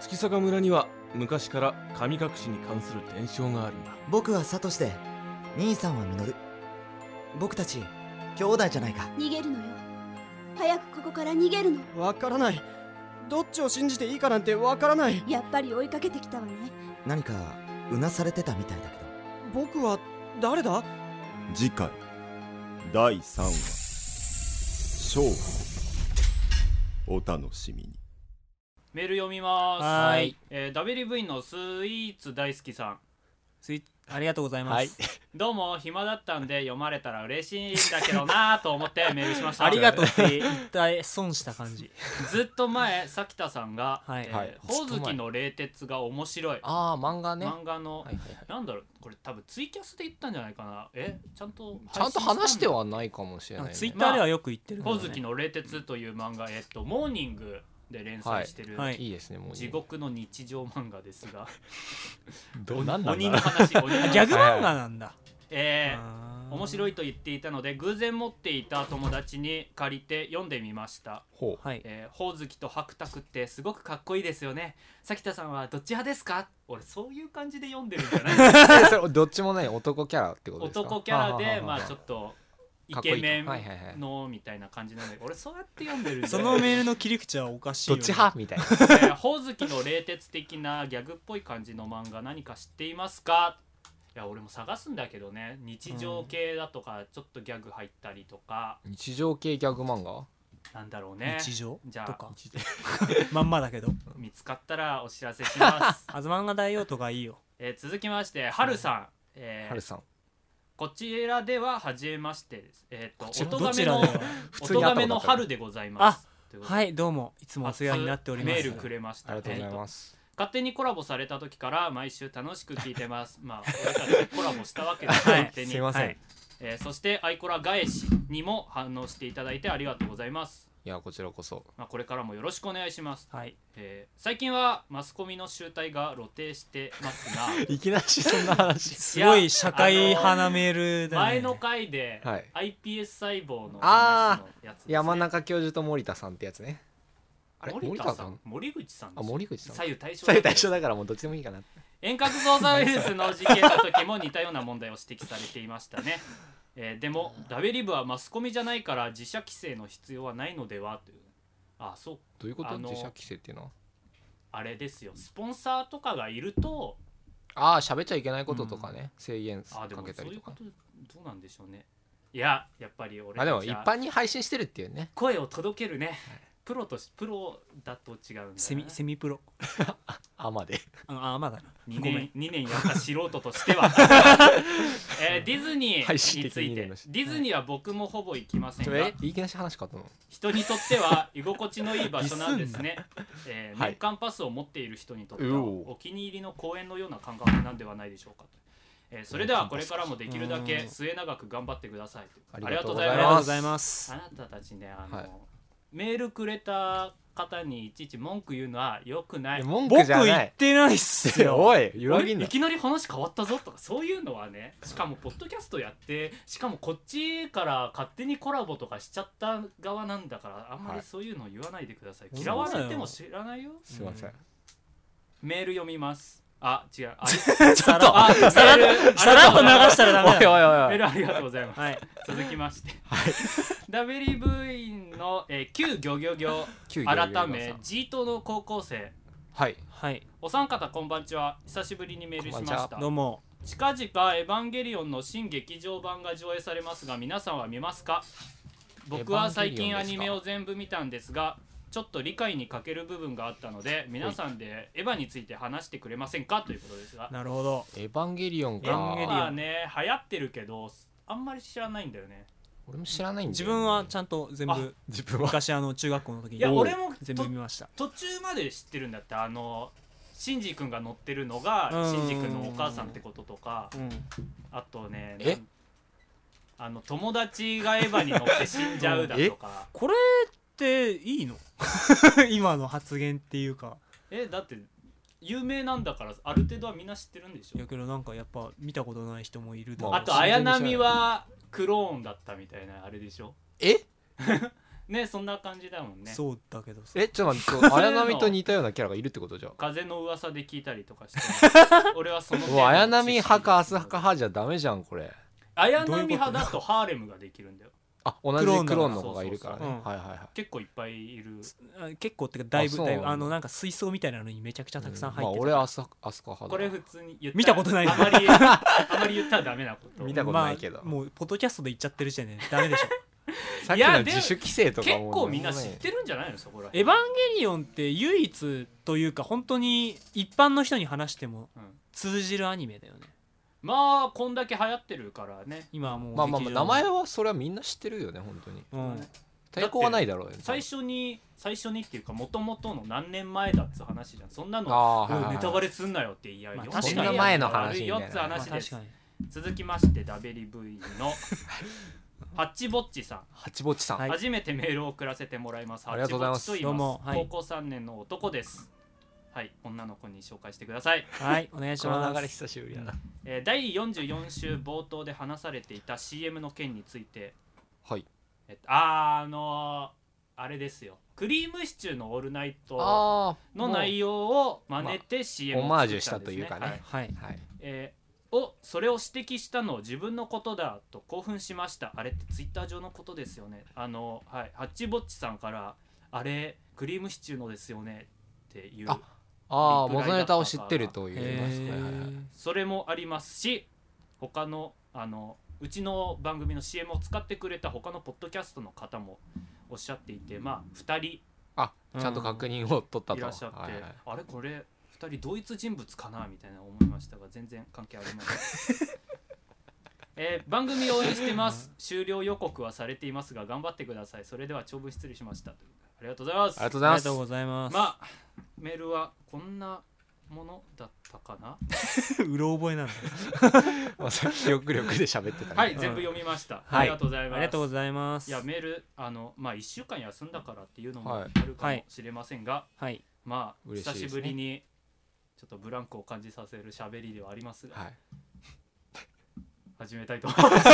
月坂村には昔から神隠しに関する伝承があるんだ僕はサトシで兄さんはミノル僕たち兄弟じゃないか逃げるのよ早くここから逃げるのわからないどっちを信じていいかなんてわからないやっぱり追いかけてきたわね何かうなされてたみたいだけど僕は誰だ次回第3話「勝負」お楽しみにメール読みますはーい、えー、WV のスイーツ大好きさんスイッありがとうございます、はいどうも暇だったんで読まれたら嬉しいんだけどなぁと思ってメールしま したありがとうって一体損した感じずっと前咲田さんがはいえーはいほおずきの冷徹が面白い」ああ漫画ね、漫画の、はいはいはいなんだろうこれ多分ツイキャスで言ったんじゃないかなえちゃんとちゃんと話してははないかもしれななんい、かね、ツイッターではよく言ってるけどほねおずきの冷徹という漫画えっとモーニングで連載してる、はいはいいいですねもうね地獄の日常漫画ですがどうなんだろう鬼の話鬼のあ話ギャグ漫画なんだ、えー面い白いと言っていたので偶然持っていた友達に借りて読んでみましたほ うはいえー、ほおずきと白拓ってすごくかっこいいですよね咲田さんはどっち派ですか俺そういう感じで読んでるんじゃないえ それどっちもね男キャラってことですか男キャラはははではまあちょっとイかっこいいとケメはいはいはいンのみたいな感じなので俺そうやって読んでるんでそのメールの切り口はおかしいどよっち派みたい なえーほおずきの冷徹的なギャグっぽい感じの漫画何か知っていますかいや俺も探すんだけどね日常系だとかちょっとギャグ入ったりとか、日常系ギャグ漫画なんだろうね日常じゃとあか まんまだけど見つかったらお知らせし ます、あずまんが大王とかいいよえー続きましてはるさん、えはーるさんこちらでは初めましてですえっ、とど音ちめらのでは普通音にがめの春ででございますとうことではいどうもいつもお世話になっております初メールくれましたありがとうございえーとます勝手にコラボされた時から毎週楽しく聞いてますまあ俺たちコラボしたわけです、勝手にすいません、、はいえーそしてアイコラ返しにも反応していただいてありがとうございます、やこちらこそまあ、これからもよろしくお願いします、はいえー最近はマスコミの集大が露呈してますがいきなりそんな話すごい社会派なメールだね前の回ではい iPS 細胞の話あのやつです、ね、山中教授と森田さんってやつねあれ森森田田ささんん森口さんであす森口さん左右対称左右対称だからもうどっちでもいいかな遠隔操作ウイルスの事件の時も似たような問題を指摘されていましたね、えーでもダベリブはマスコミじゃないから自社規制の必要はないのではというあそうどういうことあの自社規制っていうのはあれですよスポンサーとかがいるとああ喋っちゃいけないこととかね、制限あかでもけたそうりいうとかことどうなんでしょうねいややっぱり俺あでもたち一は般に配信してるっていうね声を届けるねプロとしプロだと違うんだセミセミプロあまであのあまだな2ごめ年ん二年やった素人としては、えーディズニ配信ーに的つにい二て年だしディズニーは僕もほぼ行きませんちょが、えいきなり話かと思う人にとっては居心地のいい場所なんですね、えーはい年間パスを持っている人にとってうはおお気に入りの公園のような感覚なんではないでしょうかと、えーそれではこれからもできるだけ末永く頑張ってくださいあありりががととううごござざいいあまますりがとうあなございますたたちねあの、はいメールくれた方にいちいち文句言うのはよくないいや文句僕じゃ言なっいてないっすよおい揺らぎあれんないきなり話変わったぞとかそういうのはねしかもポッドキャストやってしかもこっちから勝手にコラボとかしちゃった側なんだからあんまりそういうの言わないでください、はい嫌われても知らないよすいませんメール読みますあ違うあれさらあメールさらっあとりがとうございますさらっと流したらダメだよメールありがとうございます、はい続きまして、WV 員の、えー、旧ギョギョギョ旧改ギョギョギョめさん G 党の高校生はいはいお三方こんばんちは久しぶりにメールしまこんばしんちたどうも近々エヴァンゲリオンの新劇場版が上映されますが皆さんは見ますか僕は最近アニメを全部見たんですがちょっと理解に欠ける部分があったので皆さんでエヴァについて話してくれませんかということですがなるほどエヴァンゲリオンエヴかァはね流行ってるけどあんまり知らないんだよね俺も知らないんだ自よね分はちゃんと全あ部自分は昔あの中学校の時いにや俺も全と部見ました途中まで知ってるんだってあのシンジ君が乗ってるのがうんシンジ君のお母さんってこととかうんあとねえなんあの友達がエヴァに乗って死んじゃうだとかこれっていいの 今の発言っていうかえだって有名なんだからある程度はみんな知ってるんでしいやょけどなんかやっぱ見たことない人もいるだろうあしと綾波はクローンだったみたいなあれでしょえねそんな感じだもんねそうだけどさえちょっと待ってそう綾波と似たようなキャラがいるってことじゃあ風の噂で聞いたりとかして俺はそのうわ綾波派かアアス派か派じゃダメじゃんこれ綾波派だとハーレムができるんだよあ同じククロローンーンだからの子がいるからねそうそうそうはいはいはい結構いっぱいいるあ結構ってかだいぶあそうだないんだぶあのなんか水槽みたいなのにめちゃくちゃたくさん入ってまあた俺はアスアスカ派だこれ普通に言ったら見たことないあまりあまり言ったらダメなこと 見たことないけどまあもうポッドキャストで言っちゃってる時点でダメでしょさっいきのや自主規制とか結も構みんな知ってるんじゃないのそこらエヴァンゲリオンって唯一というか本当に一般の人に話してもうん通じるアニメだよねまあこんだけ流行ってるからね今はもうまあまあま劇あ名場前はそれはみんな知ってるよね本当にうん抵抗はないだろうね最初に最初にっていうかもともとの何年前だっつう話じゃんそんなのああ、うんはいはいネタバレすんなよって言い合いまあよ確かにんな前の話みたよいなっつうまあ話で確すかに続きましてダベリ V のハッチボッチさんハチボチさん、はい初めてメールを送らせてもらいます。ありがとうございますハチボチと言いどうまもす。はい高校3年の男です。はい、女の子に紹介してください。はいお願いしこのま流れす久しぶりだな、えー第44週冒頭で話されていた CM の件について、はいえっと、あーあのーあれですよ。クリームシチューのオールナイトああの内容を真似て CM をオマー作っジュしたたんとですいうかねはいはいはいえーをそれを指摘したのを自分のことだと興奮しましたあれってツイッター上のことですよねあのはいハッチボッチさんからあれクリームシチューのですよねっていうあああリプライだったから元ネタを知ってるというへはいはいはいーそれもありますし他のあのうちの番組の CM を使ってくれた他のポッドキャストの方もおっしゃっていてまあ2人あちゃんと確認を取ったといらっしゃって、はいはいあれこれ2人同一人物かなみたいな思いましたが全然関係ありませんえー番組応援してます終了予告はされていますが頑張ってくださいそれでは長文失礼しましたありがとうございますありがとうございありまがすとうございますまあメールはこんなものだったかなうろ覚えなんだまあさ記憶力で喋ってたねはい全部読みました、はいありがとうございます ありがとうございますいやメールあのまあ1週間休んだからっていうのもはあいるかもしれませんが、はいまあ、嬉しいで久すねしぶりにちょっとブランクを感じさせる喋りではありますが、はい始めたいと思います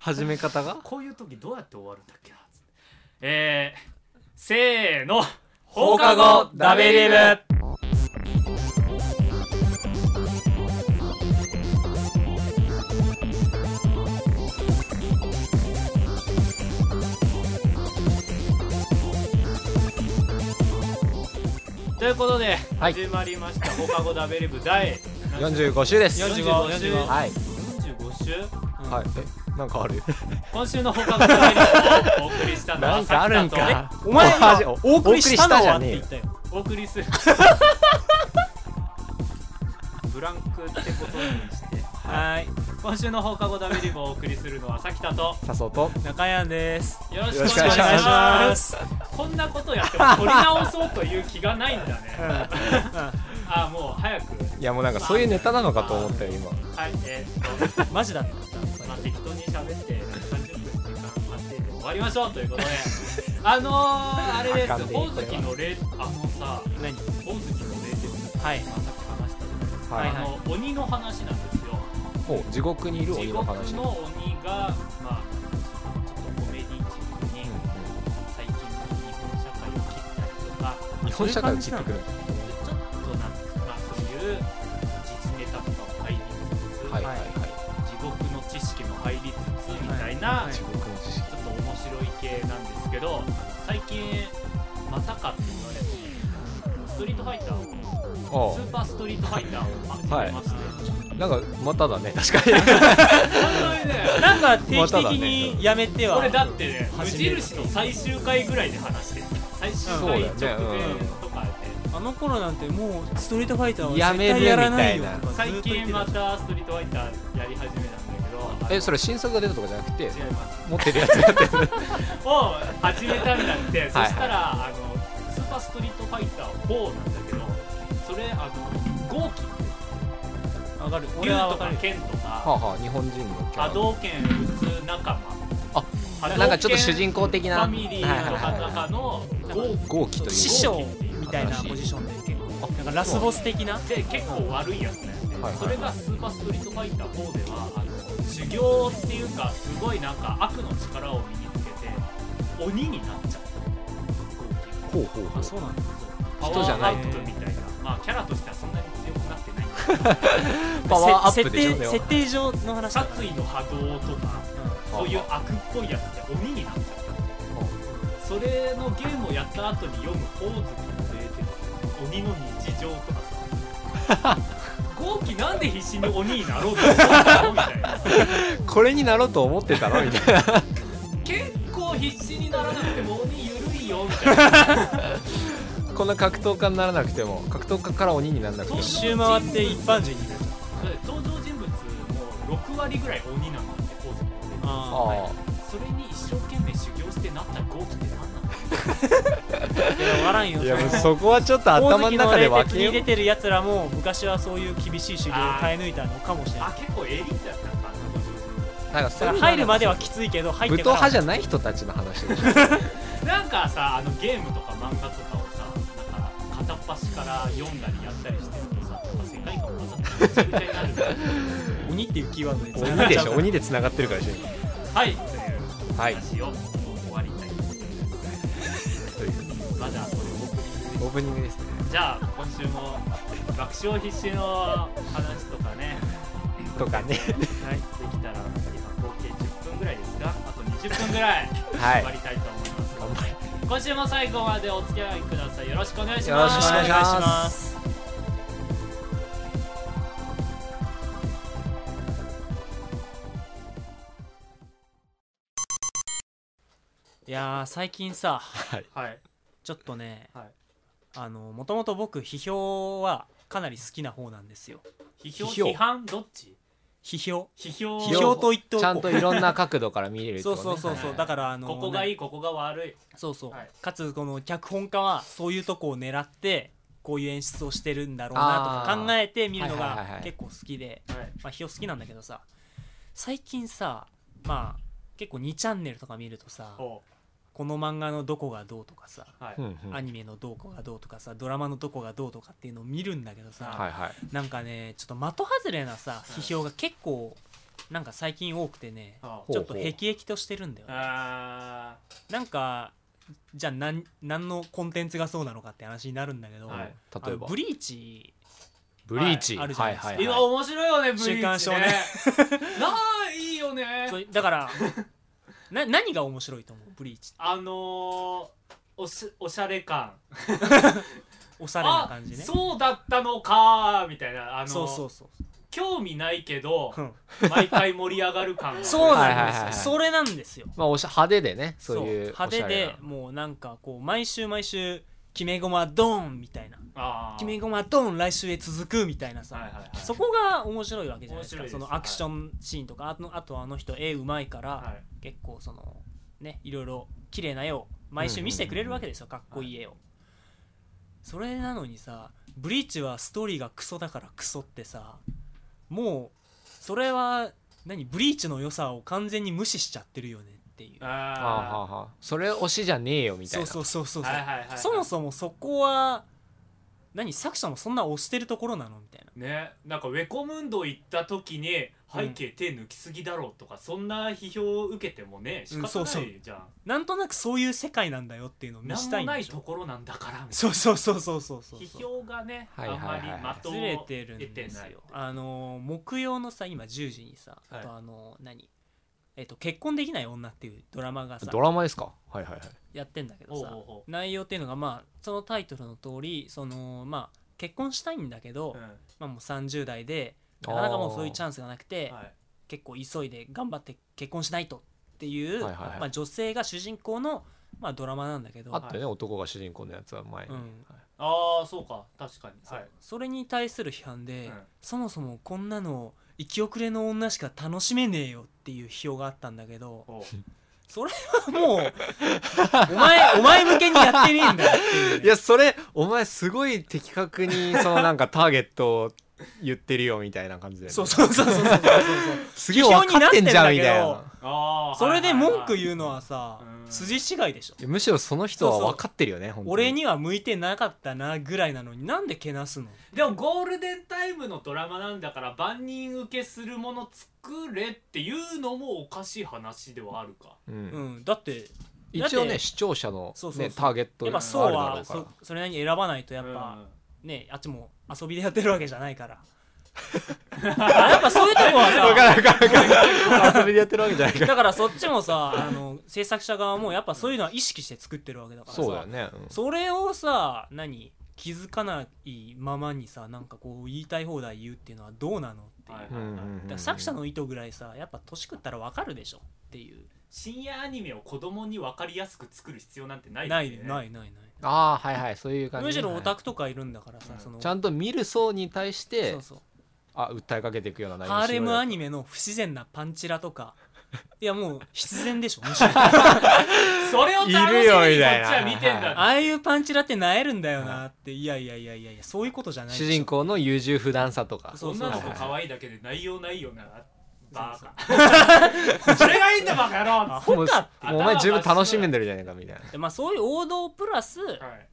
始め方がこういう時どうやって終わるんだっけなつってえー、せーの放課後ダベリブということで、はい始まりました放課後ダベリブ第45週です45週はい45週はいえなんかある今週の放課後ダベリブをお送りしたのはなんかあるんさきたとかお前はじお送りしたのじはゃってねえ言よったよお送りするブランクってことにしてはい今週の放課後ダメリブをお送りするのはさきたとさそうと中谷ですよろしよろくしおく願いしお願いしまますすこんなことやっても取り直そうという気がないんだねあもう早くいやもうなんかそういうネタなのかと思ったよ今はいえーっとマジだったまあ適当に喋って30分時間あってで終わりましょうということであのー、あれであかんすでほおずきの霊あのさ何ほおずきの霊説はいまあさっき話したじゃないですか、はいはいあの鬼の話なんですよお地獄にいる地鬼の獄の話鬼が、まあ、ちょっとコメディチックに最近の日本社会を切ったりとか、日本社会を散ってくるちょっとなんかそういう実ネタとかも入りつつ、はいはいはい地獄の知識も入りつつみたいな、はい地獄の知識ちょっと面白い系なんですけど最近またかって言われてストリートファイターをスーあパーストリートファイターを始めまして、あなんかまただね確か本当にねなんか定ま期た的だねにやめてはこれだってね無初めて印の最終回ぐらいで話してる最終そうだ回よね直前うんとかで、あの頃なんてもうストリートファイターはや絶める対やらないよみたいなとかずっ最と言っ近てまたたストリートファイターやり始めたんだけどあのに えそれ新作が出たとかじゃなくて違います持ってるやつ がを始めたんだって、そはいしたらあのスーパーストリートファイター4なんだけどそれあの豪気上がる竜俺はと分かかる剣とはあかはあ日本人のキ波ャ動拳普通仲あ間ラなんかちょっと主人公的フなァミリーとか中の豪気豪気という師匠みたいなポジションで結構なんかラスボス的なで結構悪いやつね、はいはいそれがスーパーストリートファイター4ではあの修行っていうかすごいなんか悪の力を身につけて鬼になっちゃうほうほうほうそうなんだパ人ワじゃーなアいップみたいなまあキャラとしてはそんなに強くなってないパワーアップ設でしょ定でも設定上の話だ殺意の波動とかそういう悪っぽいやつって鬼になっちゃったそれのゲームをやった後に読む「ホ月の冷徹」鬼の日常とか さゴーキなんで必死に鬼になろうと思ったのみたいなこれになろうと思ってたのみたいな 結構必死にならなくても鬼ゆるいよみたい なこんな格闘家にならなくても格闘家から鬼にならなくても一一周回って一般人になる登場人物も6割ぐらい鬼なんだってホ月の冷徹ああそれに一生懸命修行してなったゴーキって何なのあいやわらんよあいやもうそこはちょっと頭の中で大分関のけ冷徹よに出うてるやつらも昔はそういう厳しい修行を耐え抜いたのかもしれないあ結構エリートだったのかな登場人物なんかだかそうらいう入るまではきついけど入武っ闘てから派じゃない人たちの話でしょなんかさあのゲームとか漫画とかをさなんか片っ端から読んだりやったりしてるとさなんか世界観混ざってめちゃくちゃになるんだよ鬼っていうキーワードで繋が鬼っちでゃうしょ鬼で繋がってるからでしょはいというはい話をもう終わりたいというまだこれオープニングで今オープニングですねじゃあ今週も爆笑必至の話とかねとかねはいできたら今合計10分ぐらいですかあと20分ぐらいは終いわりたいと思います、頑張れ今週も最後までお付き合いくださいよろしくお願いしますよろしくお願いしますいやー最近さはいちょっとね、はいあのもともと僕批評はかなり好きな方なんですよ批評批評批判どっち批評批評批評と言っておちこゃうんといろんな角度から見れるってそこうとねそうそうそうだからあの、ここがいいいここが悪いそうそう、はいかつこの脚本家はそういうとこを狙ってこういう演出をしてるんだろうなとかあー考えて見るのはいはいはいはがい結構好きではいまあ批評好きなんだけどさ最近さまあ結構2チャンネルとか見るとさほこの漫画のどこがどうとかさうはい、うんうんアニメのどこがどうとかさドラマのどこがどうとかっていうのを見るんだけどさ、はいはいなんかねちょっと的外れなさ批評が結構なんか最近多くてねあほうちょっと辟易としてるんだよねあなんかじゃあ何何のコンテンツがそうなのかって話になるんだけど、はいあ例えのばブリーチブリーチはいあるじゃないですかはいーはい今はい面白いよねブリーチね週刊少年 なあいいよねそうだからな何が面白いと思うブリーチあのー、おしおしゃれ感おしゃれな感じねあそうだったのかーみたいなあのーそうそうそう興味ないけどうん毎回盛り上がる感がそうはいなはんでいすよ、はいはいそれなんですよまあおしゃ派手でねそういう派手おしゃれでなもうなんかこう毎週毎週決め駒ドーンみたいなあー決め駒ドーン来週へ続くみたいなさ、はいはいはいそこが面白いわけじゃないですか面白いですそのアクションシーンとか、あとあとあの人絵うまいから、はい結構そのねいろいろ綺麗な絵を毎週見せてくれるわけですよ、かっこいい絵を、それなのにさブリーチはストーリーがクソだからクソってさもうそれは何ブリーチの良さを完全に無視しちゃってるよねっていうああはああはあそれ推しじゃねえよみたいそうなそうそうそう、ーはいはいはいはいそもそもそこは何作者もそんな推してるところなのみたいなねなんかウェコムンド行った時に背景手抜きすぎだろうとか、そんな批評を受けてもね仕うん方そうなそういじゃん、なんとなくそういう世界なんだよっていうのを見なんしたいもんでないしとょころなんだからみたいそうそうそうそうそうそなう批評がね、はいはいはいあんまり的をずれてるん得てですないよあの木曜のさ今10時にさあとはあの何えっと結婚できない女っていうドラマがさドラマですかはいはいはいやってんだけどおうさおうおう内容っていうのがまあそのタイトルの通りそのまあ結婚したいんだけどうんはまあもう30代であなーかなかもうそういうチャンスがなくいてはい結構急いで頑張って結婚しないとっていうはいはいはいまあ女性が主人公のまあドラマなんだけどあったよね男が主人公のやつは前にうんはいああそうか確かにはいそれに対する批判で、うんそもそもこんなの生き遅れの女しか楽しめねえよっていう批評があったんだけどおうそれはもうお前 お前向けにやってねえんだよっていうねいやそれお前すごい的確にそのなんかターゲットを言ってるよみたいな感じで、ね、そうそうそうそうそうそうそうすげえ分かってんじゃんみたい批評になってんだなああそれで文句う言うのはさうん筋違いでしょいやむしろその人は分かってるよね本当に俺には向いてなかったなぐらいなのになんでけなすのでもゴールデンタイムのドラマなんだから万人受けするもの作れっていうのもおかしい話ではあるかうんうんだって一応だってね視聴者の、ね、そうそうそうターゲットやっぱがそうあはるだろうそかそれなりに選ばないとやっぱ、ねあっちも遊びでやってるわけじゃないから あやっぱそういうとこ はさら遊びでやってるわけじゃないか らだからそっちもさあの制作者側もやっぱそういうのは意識して作ってるわけだからさそうだよね、うんそれをさ何気づかないままにさなんかこう言いたい放題言うっていうのはどうなのっていう、はいうんうんうんだから作者の意図ぐらいさやっぱ年食ったらわかるでしょっていう深夜アニメを子供に分かりやすく作る必要なんてないないないいないないああはいはいそういう感じねむしろはいオタクとかいるんだからさ、うんそのちゃんと見る層に対してそうそうあ訴えかけていくような内容ハーレムアニメメの不自然なパンチラと かいやもう必然でしょむしろあそれを楽しみにこっいるちよみたいなは見てんだってあいうパンチラってなえるんだよなっていやいやいやいやいやそういうことじゃないでし主ょ人公の優柔不断さとかそうそう女の子はいはい可愛いだけで内容ないよなバそカそれがいいんだバカ野郎もうもうお前十分楽しめんでるじゃないかみたいなでまあそういう王道プラス、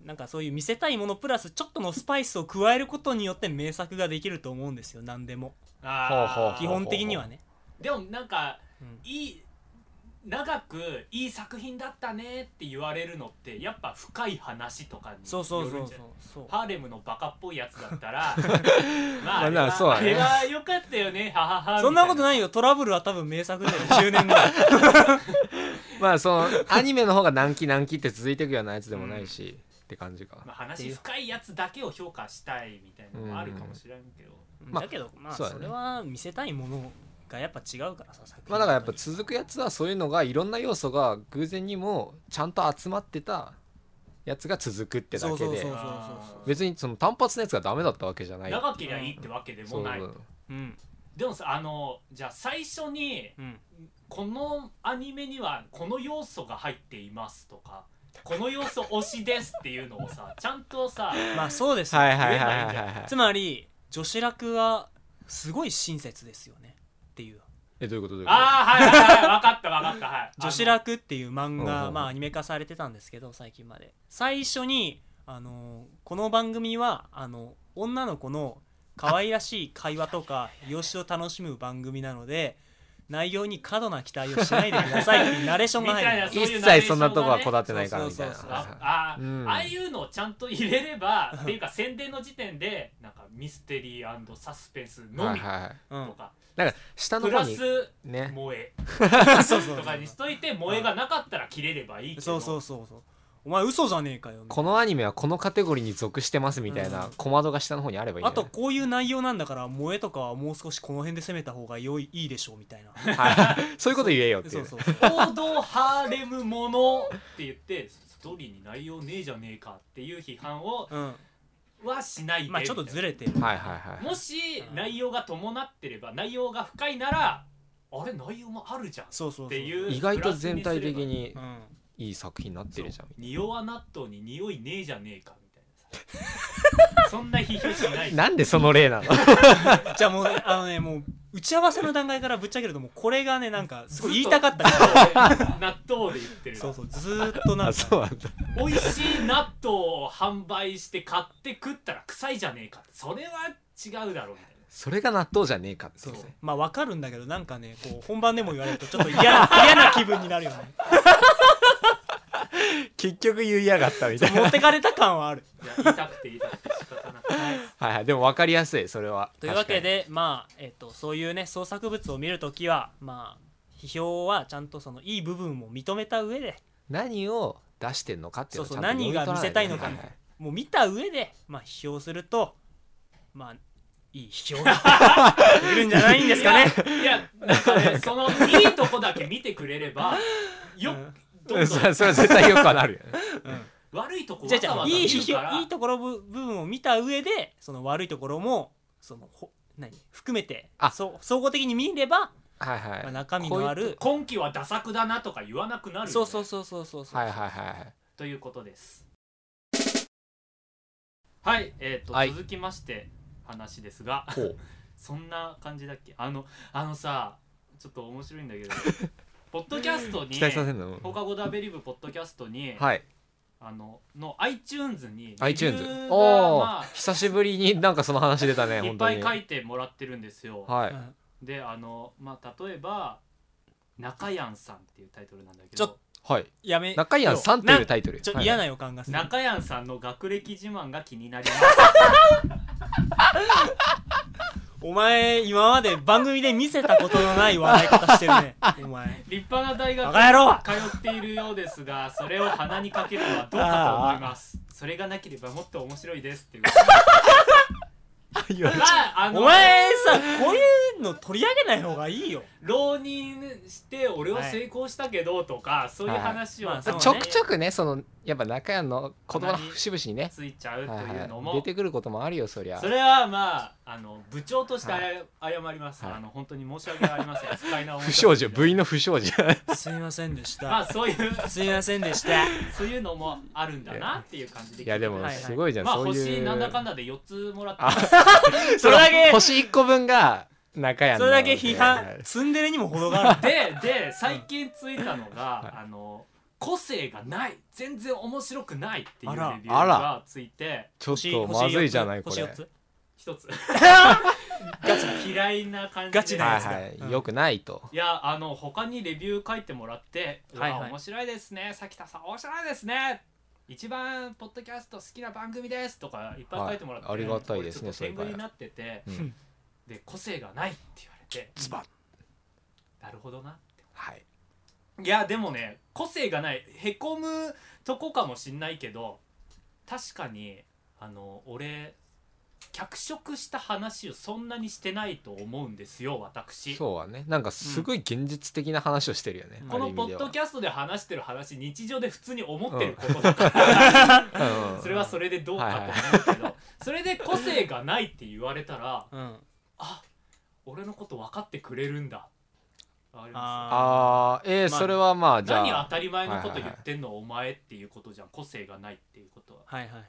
なんかそういう見せたいものプラスちょっとのスパイスを加えることによって名作ができると思うんですよ何でもほうほあうー基本的にはねでもなんかうんいい長くいい作品だったねって言われるのってやっぱ深い話とかにそうそうそうよるんそうじゃないそうハーレムのバカっぽいやつだったらまああまあれは,、そうだねあれは良かったよねはははそんなことないいよトラブルは多分名作だよ10年ぐらいまあそのアニメの方が難期難期って続いていくようなやつでもないし、って感じかまあ、話深いやつだけを評価したいみたいなのもあるかもしれんけど、まあだけどまあそうだねそれは見せたいものがやっぱ違うからさ作品まあだからやっぱごとに続くやつはそういうのがいろんな要素が偶然にもちゃんと集まってたやつが続くってだそうけそうそうでそうあー別にその単発のやつがダメだったわけじゃない長けりゃいいってわけでもない、そうそううんでもさあのじゃあ最初にうんこのアニメにはこの要素が入っていますとかこの要素推しですっていうのを さちゃんとさまあそうですよはいはいはいはいはいはいつまり女子楽はすごい親切ですよねっていうえどういうことどういうことああはいはいはい分かった分かったはい女子楽っていう漫うんうんう画、んまあ、アニメ化されてたんですけど最近まで最初にあのこの番組はあの女の子の可愛らしい会話とか様子を楽しむ番組なので内容に過度な期待をしないでくださいっていうナレーションが入るみたいなそういう一ナレーシ切ョそンんがなねとこはこだわってないからみたいなそうそうそうはいはいああ,、うんああいうのをちゃんと入れればっていうか宣伝の時点でなんかミステリーサスペンスのはみいとか、はいはいうん、だから下のプ方ラにスね萌え そうそうとかにしといて萌えがなかったら切れればいいけどそうそうそうそうお前嘘じゃねえかよみたいなこのアニメはこのカテゴリーに属してますみたいな小窓が下の方にあればいいんあじゃとないこういう内容なんだから萌えとかはもう少しこの辺で攻めた方が良いいいでしょうみたいなはいそういうこと言えよっていそううそう王道ハーレムものって言ってストーリーに内容ねえじゃねえかっていう批判をうんはしないでまあちょっとずれてるはいはいはいもし内容が伴ってれば内容が深いならあれ内容もあるじゃんそうそうそうっていう意外と全体的にうんいい作品になってるじゃんそう匂わ納豆に匂いねえじゃねえかみたいな さそんな批評しない なんでその例なのじゃあもうあのねもう打ち合わせの段階からぶっちゃけるともうこれがねなんかすごい言いたかった 納豆で言ってるそうそうずーっとなんあかそうなんだ美味しい納豆を販売して買って食ったら臭いじゃねえかそれは違うだろうみたいなそれが納豆じゃねえかってそうねそうまあわかるんだけどなんかねこう本番でも言われるとちょっと嫌な嫌な気分になるよね結局言いやがったみたいな持ってかれた感はあるいや言いたくて言いたくて仕方なくないはいはいでも分かりやすいそれは というわけでまあ、えっとそういうね創作物を見るときはまあ批評はちゃんとそのいい部分も認めた上で何を出してんのかっていうのをそうちそうゃんと読み取ら何が見せたいのかはいはいもう見た上でまあ批評するとまあいい批評が 出るんじゃないんですかねいやなんかねそのいいとこだけ見てくれればよどんどんそれそれは絶対よくはなるよね 悪いとこじゃあわじざゃわあざいい見批るから評いいところぶ部分を見た上でその悪いところもそのほ何含めてあそう総合的に見れば、はいはい、まあ、中身のある今期はダ作だなとか言わなくなるよねそうそうそうそうそうそう、はいはいはいはいということですはいえー、と、はい続きまして話ですがほうそんな感じだっけあのあのさちょっと面白いんだけど ポッドキャストに期待させんの放課後ダベリブポッドキャストに、はいあのの iTunes にレビューが iTunes おおー、ま久しぶりになんかその話出たねあ、いっ本当ぱにい書いてもらってるんですよ、はい、うんであのまあ例えば「中やんさん」っていうタイトルなんだけどちょはいやめ中や谷さんというタイトルちょはい嫌な予感がする中谷さんの学歴自慢が気になりますお前今まで番組で見せたことのない笑い方してるねお前立派な大学バカ野郎に通っているようですがそれを鼻にかけるのはどうかと思いますそれがなければもっと面白いですっていう まああのお前さこういうの取り上げない方がいいよ浪人して俺は成功したけどとか、そういう話はいまはあそうねちちょょくくちちょょくくねそのやっぱ中谷の言葉の節々にね、ついちゃうとはいいうのも、はい、出てくることもあるよそりゃそれはまああの部長としてあや謝ります、はいあの本当に申し訳ありません不快な思いを 不祥事部員の不祥事すいませんでしまあたそういうすいませんでしたそういうのもあるんだなっていう感じで聞いいてやでまもはいすごいすじゃん、まあそういう星なんだかんだで4つもらってあますそれだけ星1個分が中谷のそれだけ批は判いツンデレにも程があるでで最近ついたの が、あの個性がない全然面白くないっていうあレビらューがついてちょっとまずいじゃないこ星れ四はつ一 つ嫌いな感じでガチなやつだいうんはいよくないといやあの他にレビュー書いてもらって「はいはいは面白いですねさきたさん面白いですね」一番ポッドキャスト好きな番組ですとかいっぱい書いてもらって、はいありがたいですね俺ちょっと天狗それはになってて、うんで個性がないって言われてズバッなるほどなはいいやでもね個性がないへこむとこかもしんないけど確かにあの俺脚色した話をそんなにしてないと思うんですよ私そうはねなんかすごい現実的な話をしてるよね、うんこのポッドキャストで話してる話日常で普通に思ってることだから、ャスト、うんうんそれはそれでどうかと思うけど、それで個性がないって言われたらうんあ俺のこと分かってくれるんだわかりますああーえーまあそれはまあじゃ何あ当たり前のこと言ってんのお前っていうことじゃん個性がないっていうことはあはいはいはい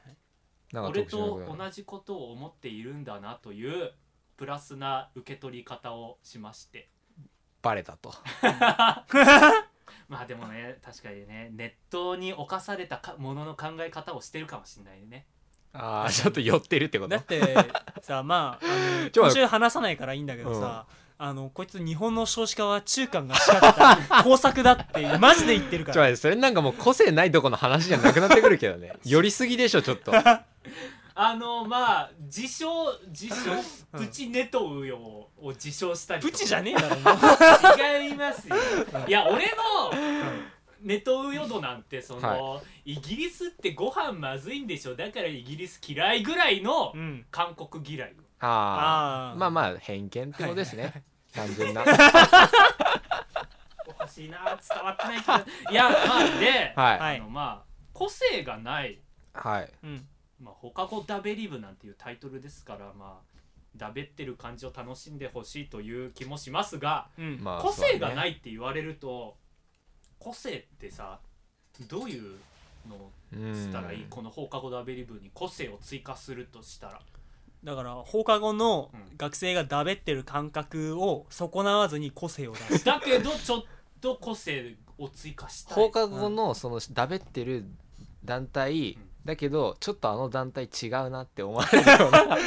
なんか俺特と殊なこと同じことを思っているんだなというプラスな受け取り方をしまして バレたとまあでもね確かにねネットに侵されたかものの考え方をしてるかもしれないねああちょっと寄ってるってこだとってさまああの ちょ途っと待って中話さないからいいんだけどさ、あのこいつ日本の少子化は中間が仕掛けた工作だってマジで言ってるかちょら待ってそれなんかもう個性ないとこの話じゃなくなってくるけどね寄りすぎでしょちょっとあのまあ自称自称プチネトウヨを自称したりとプかチじゃねえだろ もう違いますよいや俺のネトウヨドなんてその、はイギリスってご飯まずいんでしょだからイギリス嫌いぐらいのうん韓国嫌いああああまあまあ偏見ってことですね単純なおかしいな伝わってないけどいやまあで、はいいあのまあ個性がない、はいうんまあ、放課後ダベリブなんていうタイトルですからまあダベってる感じを楽しんでほしいという気もしますがうん、まあ個性がないいって言われると、個性ってさどういうのをしたらいい、この放課後ダベリブに個性を追加するとしたらだから放課後のうん学生がだべってる感覚を損なわずに個性を出すだけどちょっと個性を追加したい放課後のそのだべってる団体んだけどちょっとあの団体違うなって思われるような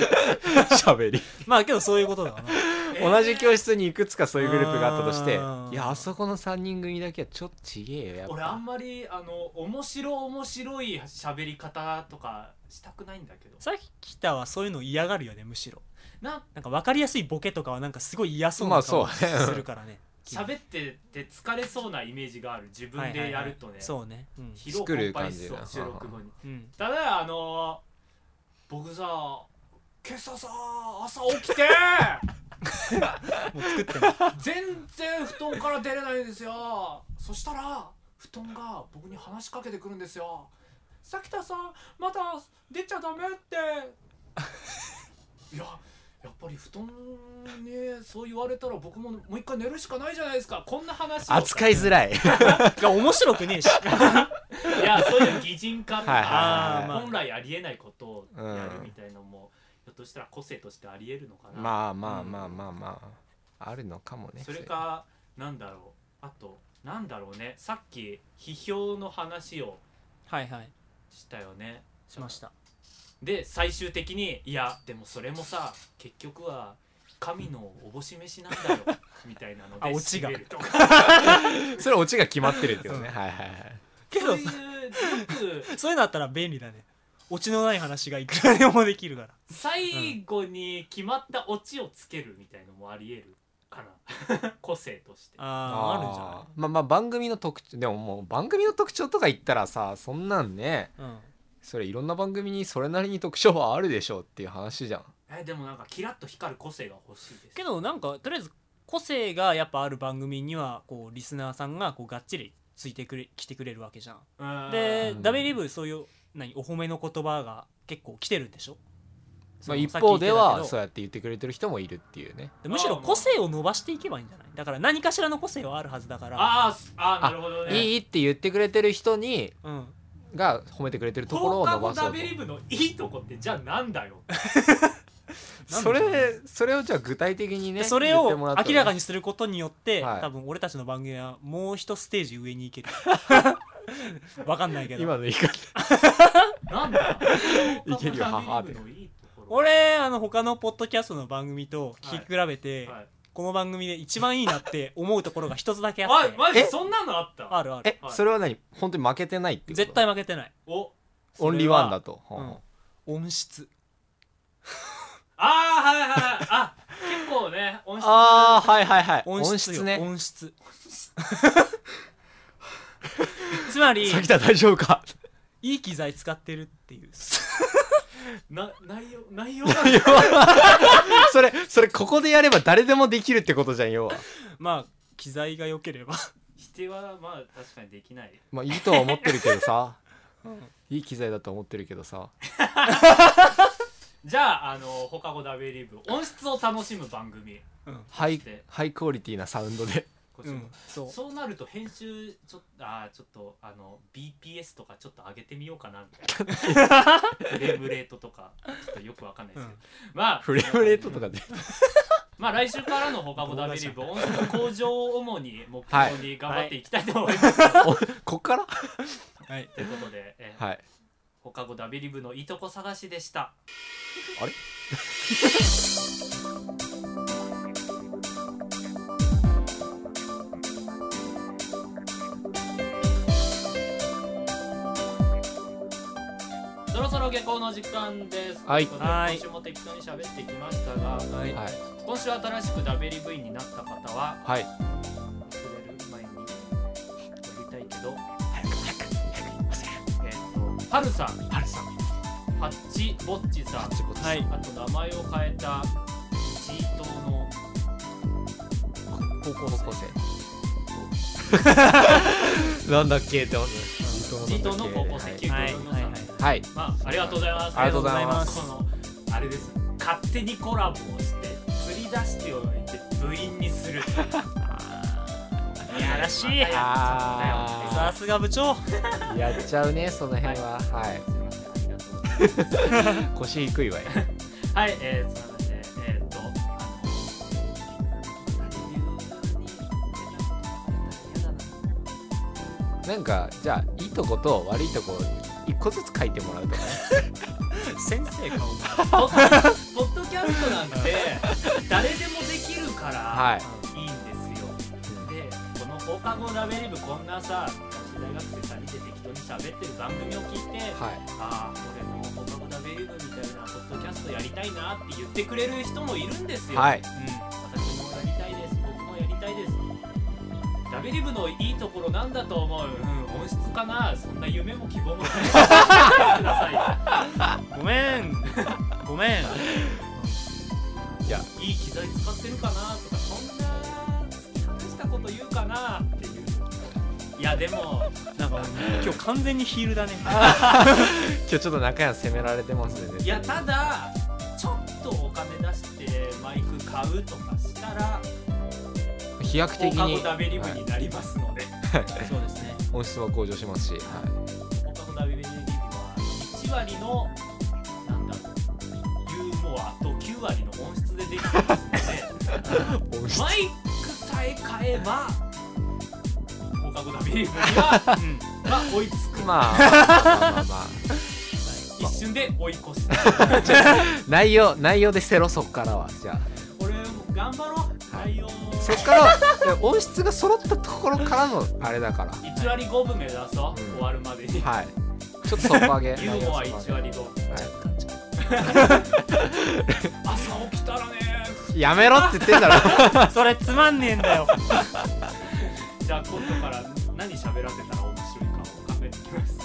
喋りまあけどそういうことだわ なえー同じ教室にいくつかそういうグループがあったとしてあーいやあそこの3人組だけはちょっとちげえよやっ俺あぱんまりあの面白面白い喋り方とかしたくないんだけどさっきたはそういうの嫌がるよねむしろななんか分かりやすいボケとかはなんかすごい嫌そうまなあそ顔うするからね,、喋ってて疲れそうなイメージがある自分はいはいはでいやるとねそうねうん、疲労困憊し作るそう感じ収だ録後にうん、ただあの僕さ今朝さ朝起きてもう作ってない全然布団から出れないんですよそしたら布団が僕に話しかけてくるんですよ咲田さんまだ出ちゃダメっていややっぱり布団にそう言われたら僕ももう一回寝るしかないじゃないですかこんな話を扱いづらいいや面白くねえしいやそういう擬人化とははいはいいかはい本来ありえないことをやるみたいのも、ひょっとしたら個性としてありえるのかな、まあまあまあまあまああるのかもねそれかなんだろうあとなんだろうねさっき批評の話をはいはいしたよねしましたで最終的にいやでもそれもさ結局は神のおぼし飯なんだよ みたいなのあでオチが締めるとかそれオチが決まってるってことねはいはいはい けそどういうさよくそういうのあったら便利だねオチのない話がいくらでもできるから最後に決まったオチをつけるみたいのもありえるかな 個性としてあーあるんじゃないーまあまあ番組の特徴でももう番組の特徴とか言ったらさそんなんねうん、それいろんな番組にそれなりに特徴はあるでしょうっていう話じゃんえでもなんかキラッと光る個性が欲しいですけどなんかとりあえず個性がやっぱある番組にはこうリスナーさんがこうがっちりついてくれ来てくれるわけじゃんうんでうんダベリブそういう何お褒めの言葉が結構来てるんでしょまそのあ、一方ではさそっうやって言ってくれてる人もいるっていうねき言ってたけどむしろ個性を伸ばしていけばいいんじゃないだから何かしらの個性はあるはずだからあーすあーなるほどねいいって言ってくれてる人にうんが褒めてくれてるところ放を課伸後ばそダうベリブのいいとこってじゃあなんだよとそれそれをじゃあ具体的にねでそれ言っをてもらったら明らかにすることによって、はい多分俺たちの番組はもう一ステージ上に行け るわかんないけど今の言い方なんだ いけるよ放課後母ダベでリブのいいところ俺あの他のポッドキャストの番組と聞き比べて、はいこの番組で一番いいなって思うところが一つだけあっあてマジえそんなのあったあるあるえそれは何本当に負けてないってこと絶対負けてないおオンリーワンだと、れはうん音質ああはいはいはいあ結構ね音質ああはいはいはい音音質質よね音 質つまりさきた大丈夫か いい機材使ってるっていう な内容内容がそれそれここでやれば誰でもできるってことじゃん要はまあ機材が良ければ否定はまあ確かにできないまあいいとは思ってるけどさ、いい機材だと思ってるけどさじゃああの放課後ダベリブ音質を楽しむ番組ハイでハイクオリティなサウンドでこっちうもんそうそうなると編集ちょっとあーちょっとあの BPS とかちょっと上げてみようかなみ たいなフレームレートとかちょっとよくわかんないですけど、まあフレームレートとかでまあ来週からの放課後ダベリブ音質向上を主に目標に頑張っていきたいと思います、こっからはいということで、えーはい放課後ダベリブのいとこ探しでした そろそろ下校の時間です。はいとうことではい今週も適当に喋ってきましたが、はいはい今週新しくダベリ部員になった方は、はい遅れる前にやりたいけど、えっ、と、はるさん、はるさん、ハッチぼっちさん、はいあと名前を変えたチートの高校高校生 なんだっけって思ってチートの高校生は球はいい児のはさんいはい。はいまあ、ありがとうございます。ありがとうございますこの、あれです。勝手にコラボをして、釣り出しておいて、部員に する。いやらしいまたあさすが部長ーやっちゃうねその辺ははいすみません、ありがとうございま腰低いわよす。はい、えー、すみません、えー、っと、あの。レビューに嫌だななんかじゃあいいとこと悪いとこ一個ずつ書いてもらうとかね先生かお前ポッ ポッドキャストなんて誰でもできるから、、はいいんですよでこの放課後ラベリブこんなさ女子大学生さん見て適当に喋ってる番組を聞いて、はいああ俺も放課後ラベリブみたいなポッドキャストやりたいなって言ってくれる人もいるんですよ、はいうん、私もやりたいです僕もやりたいですラベリブのいいところなんだと思う、うん、音質かなそんな夢も希望も ないくださいごめんごめんいい機材使ってるかなとかそんな突き放したこと言うかなっていういやでもなんか今日完全にヒールだね今日ちょっと中山責められてますねいやただちょっとお金出してマイク買うとかしたら飛躍放的課後にダベリブになりますので、そうですね音質は向上しますし、放課後ダベリブは1割のなんだろうユーモアと9割の音質でできてますので音質マイクさえ買えば放課後ダベリブには、うん、まあ追いつくま あまあまあまあ一瞬で追い越す内容内容でせろそっからはじゃあ俺頑張ろう採用そっから音質が揃ったところからのあれだからは1割5分目指そう、うん終わるまでに、いちょっと底上げユーモア1割5分 朝起きたらねやめろって言ってんだろ それつまんねえんだよじゃあ今度から何喋らせたら面白いかを考えてきます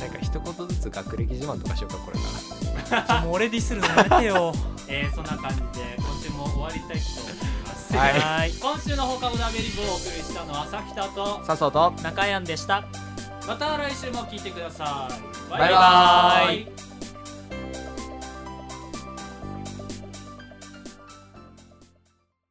なんか一言ずつ学歴自慢とかしようかこれからもう俺ディスるのやめてよえー、そんな感じで今週も終わりたいと思います、ははいーい今週の放課後ダベリブをお送りしたのはさきたと笹生と中山でしたまた来週も聞いてくださいバイバーイ